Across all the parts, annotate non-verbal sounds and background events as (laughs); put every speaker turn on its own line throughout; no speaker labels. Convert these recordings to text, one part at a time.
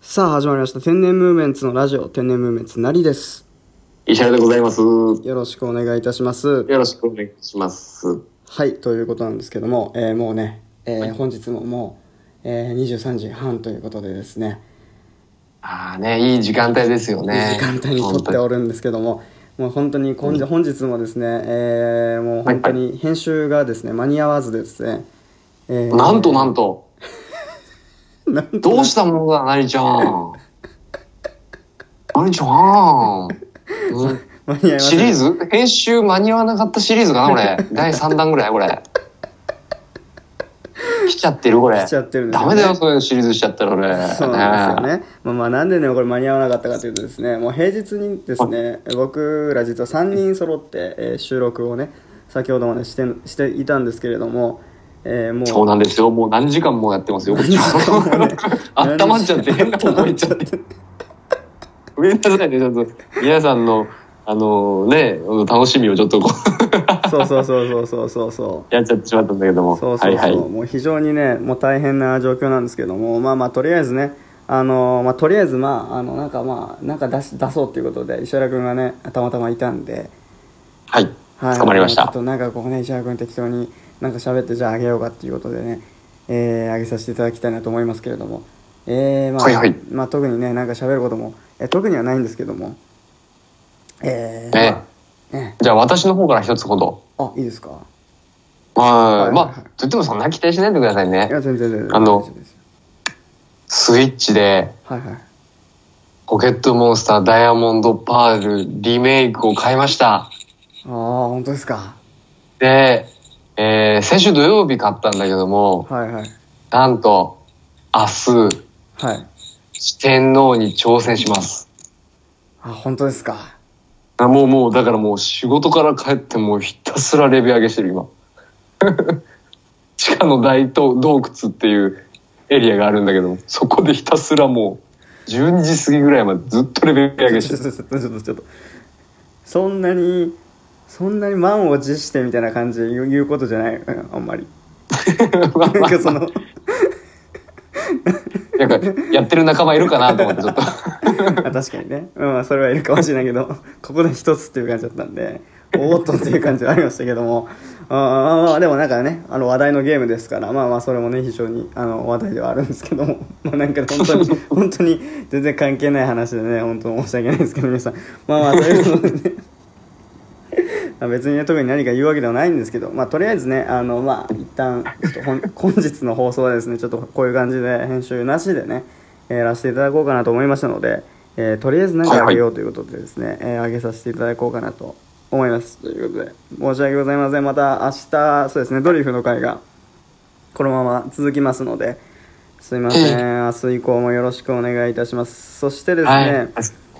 さあ始まりました天然ムーメンツのラジオ天然ムーメンツなりです
石原でございます。よ
よろしくお願いいたします
ろしくお願いします。
はいということなんですけども、えーもうね、えー本日ももう、えー23時半ということでですね
ああね、いい時間帯ですよ
いい
ね。
時間帯に撮っておるんですけどももう本当に今日本日もですね、えーもう本当に編集がですね間に合わずですね、えー
なんとなんと。
(laughs) なんと
どうしたものだ、なりちゃん。 (laughs) なりちゃん。
(laughs)
うん
間に合いませ
シ
ん
リーズ編集間に合わなかったシリーズかな、
(laughs)
これ。第3弾ぐらい、これ。来ちゃってる、これ。
来ちゃってるんですよ
ダ
ね
メだよ、そういうシリーズしちゃったら、俺。
そうなんですよね。まあ、まあなんでね、これ間に合わなかったかというとですね、もう平日にですね、僕ら実は3人揃って、えー収録をね、先ほどまでしてしていたんですけれども、えーもう、
そうなんですよ。もう何時間もやってますよ。こっちは
何時間もね
(laughs) 温まっちゃって変な方向行っちゃって。ごめんなさいね。ちょっと皆さんの、あのね、楽しみをちょっとこう (laughs)
そうそうそうそうそうそうそう。
やっちゃってしまったんだけども。
そうそうそう、
(laughs) はいはい。
もう非常にねもう大変な状況なんですけどもまあまあとりあえずねあのまあとりあえずまああのなんかまあなんか出し出そうっていうことで石原君がねたまたまいたんで、
はい。捕まりまし。
あのちょったとなんかこうね石原君適当になんか喋ってじゃああげようかっていうことでねえー、あげさせていただきたいなと思いますけれどもえー、まあ、
はいはい
まあ特にねなんか喋ることも、えー特にはないんですけどもえー、
ね
まあね
じゃあ私の方から一つ今度。
あいいですか
は
はい
い。まあ、といってもそんな期待しないでください
い
ね。
や全然全然
あの
大丈夫ですよ
スイッチで、
はいはい
ポケットモンスターダイヤモンドパールリメイクを買いました。
ああ本当ですか
で、えー、先週土曜日買ったんだけども、
はいはい
なんと、明日、
はい。
四天王に挑戦します。
あ、本当ですか。
あもうもう、だからもう仕事から帰ってもうひたすらレベル上げしてる今。 (laughs) 地下の大洞洞窟っていうエリアがあるんだけども、そこでひたすらもう、12時過ぎぐらいまでずっとレベル
ち
上
ょ
げ
っ
(laughs) してる。
とちょっとちょっとちょっと。そんなに、そんなに満を持してみたいな感じで言う言うことじゃない、うんあんまり。なんかその、
なんか、やってる仲間いるかなと思ってちょっと。
(laughs) あ確かにね。うん、まあそれはいるかもしれないけど、 (laughs) ここで一つっていう感じだったんで、おーっとっていう感じはありましたけども、あーまあ、でもなんかね、あの話題のゲームですから、まあまあそれもね、非常にあの話題ではあるんですけども、 (laughs) まあなんか本当に、本当に全然関係ない話でね、本当申し訳ないですけど、皆さん、まあまあということでね。まあ別にね特に何か言うわけではないんですけど、まあ、とりあえずねあのまあ一旦ちょっと本 (laughs) 本日の放送はですねちょっとこういう感じで編集なしでね、えーやらせていただこうかなと思いましたので、えーとりあえず何かあげようということでですね、えー上げさせていただこうかなと思いますということで申し訳ございませんまた明日そうですねドリフの会がこのまま続きますのですいません明日以降もよろしくお願いいたしますそしてですね、
(laughs) はい。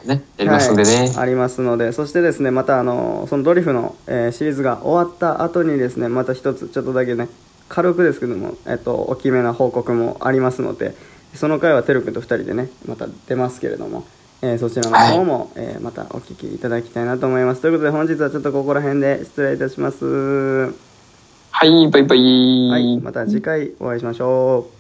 ね、やりますんでね。
はいありますのでそしてですねまたあのそのドリフの、えーシリーズが終わった後にですねまた一つちょっとだけね軽くですけども、えっと、大きめな報告もありますのでその回はてるくんと2人でねまた出ますけれども、えーそちらの方も、えーまたお聞きいただきたいなと思いますということで本日はちょっとここら辺で失礼いたします
はい、バイバイ。
はいまた次回お会いしましょう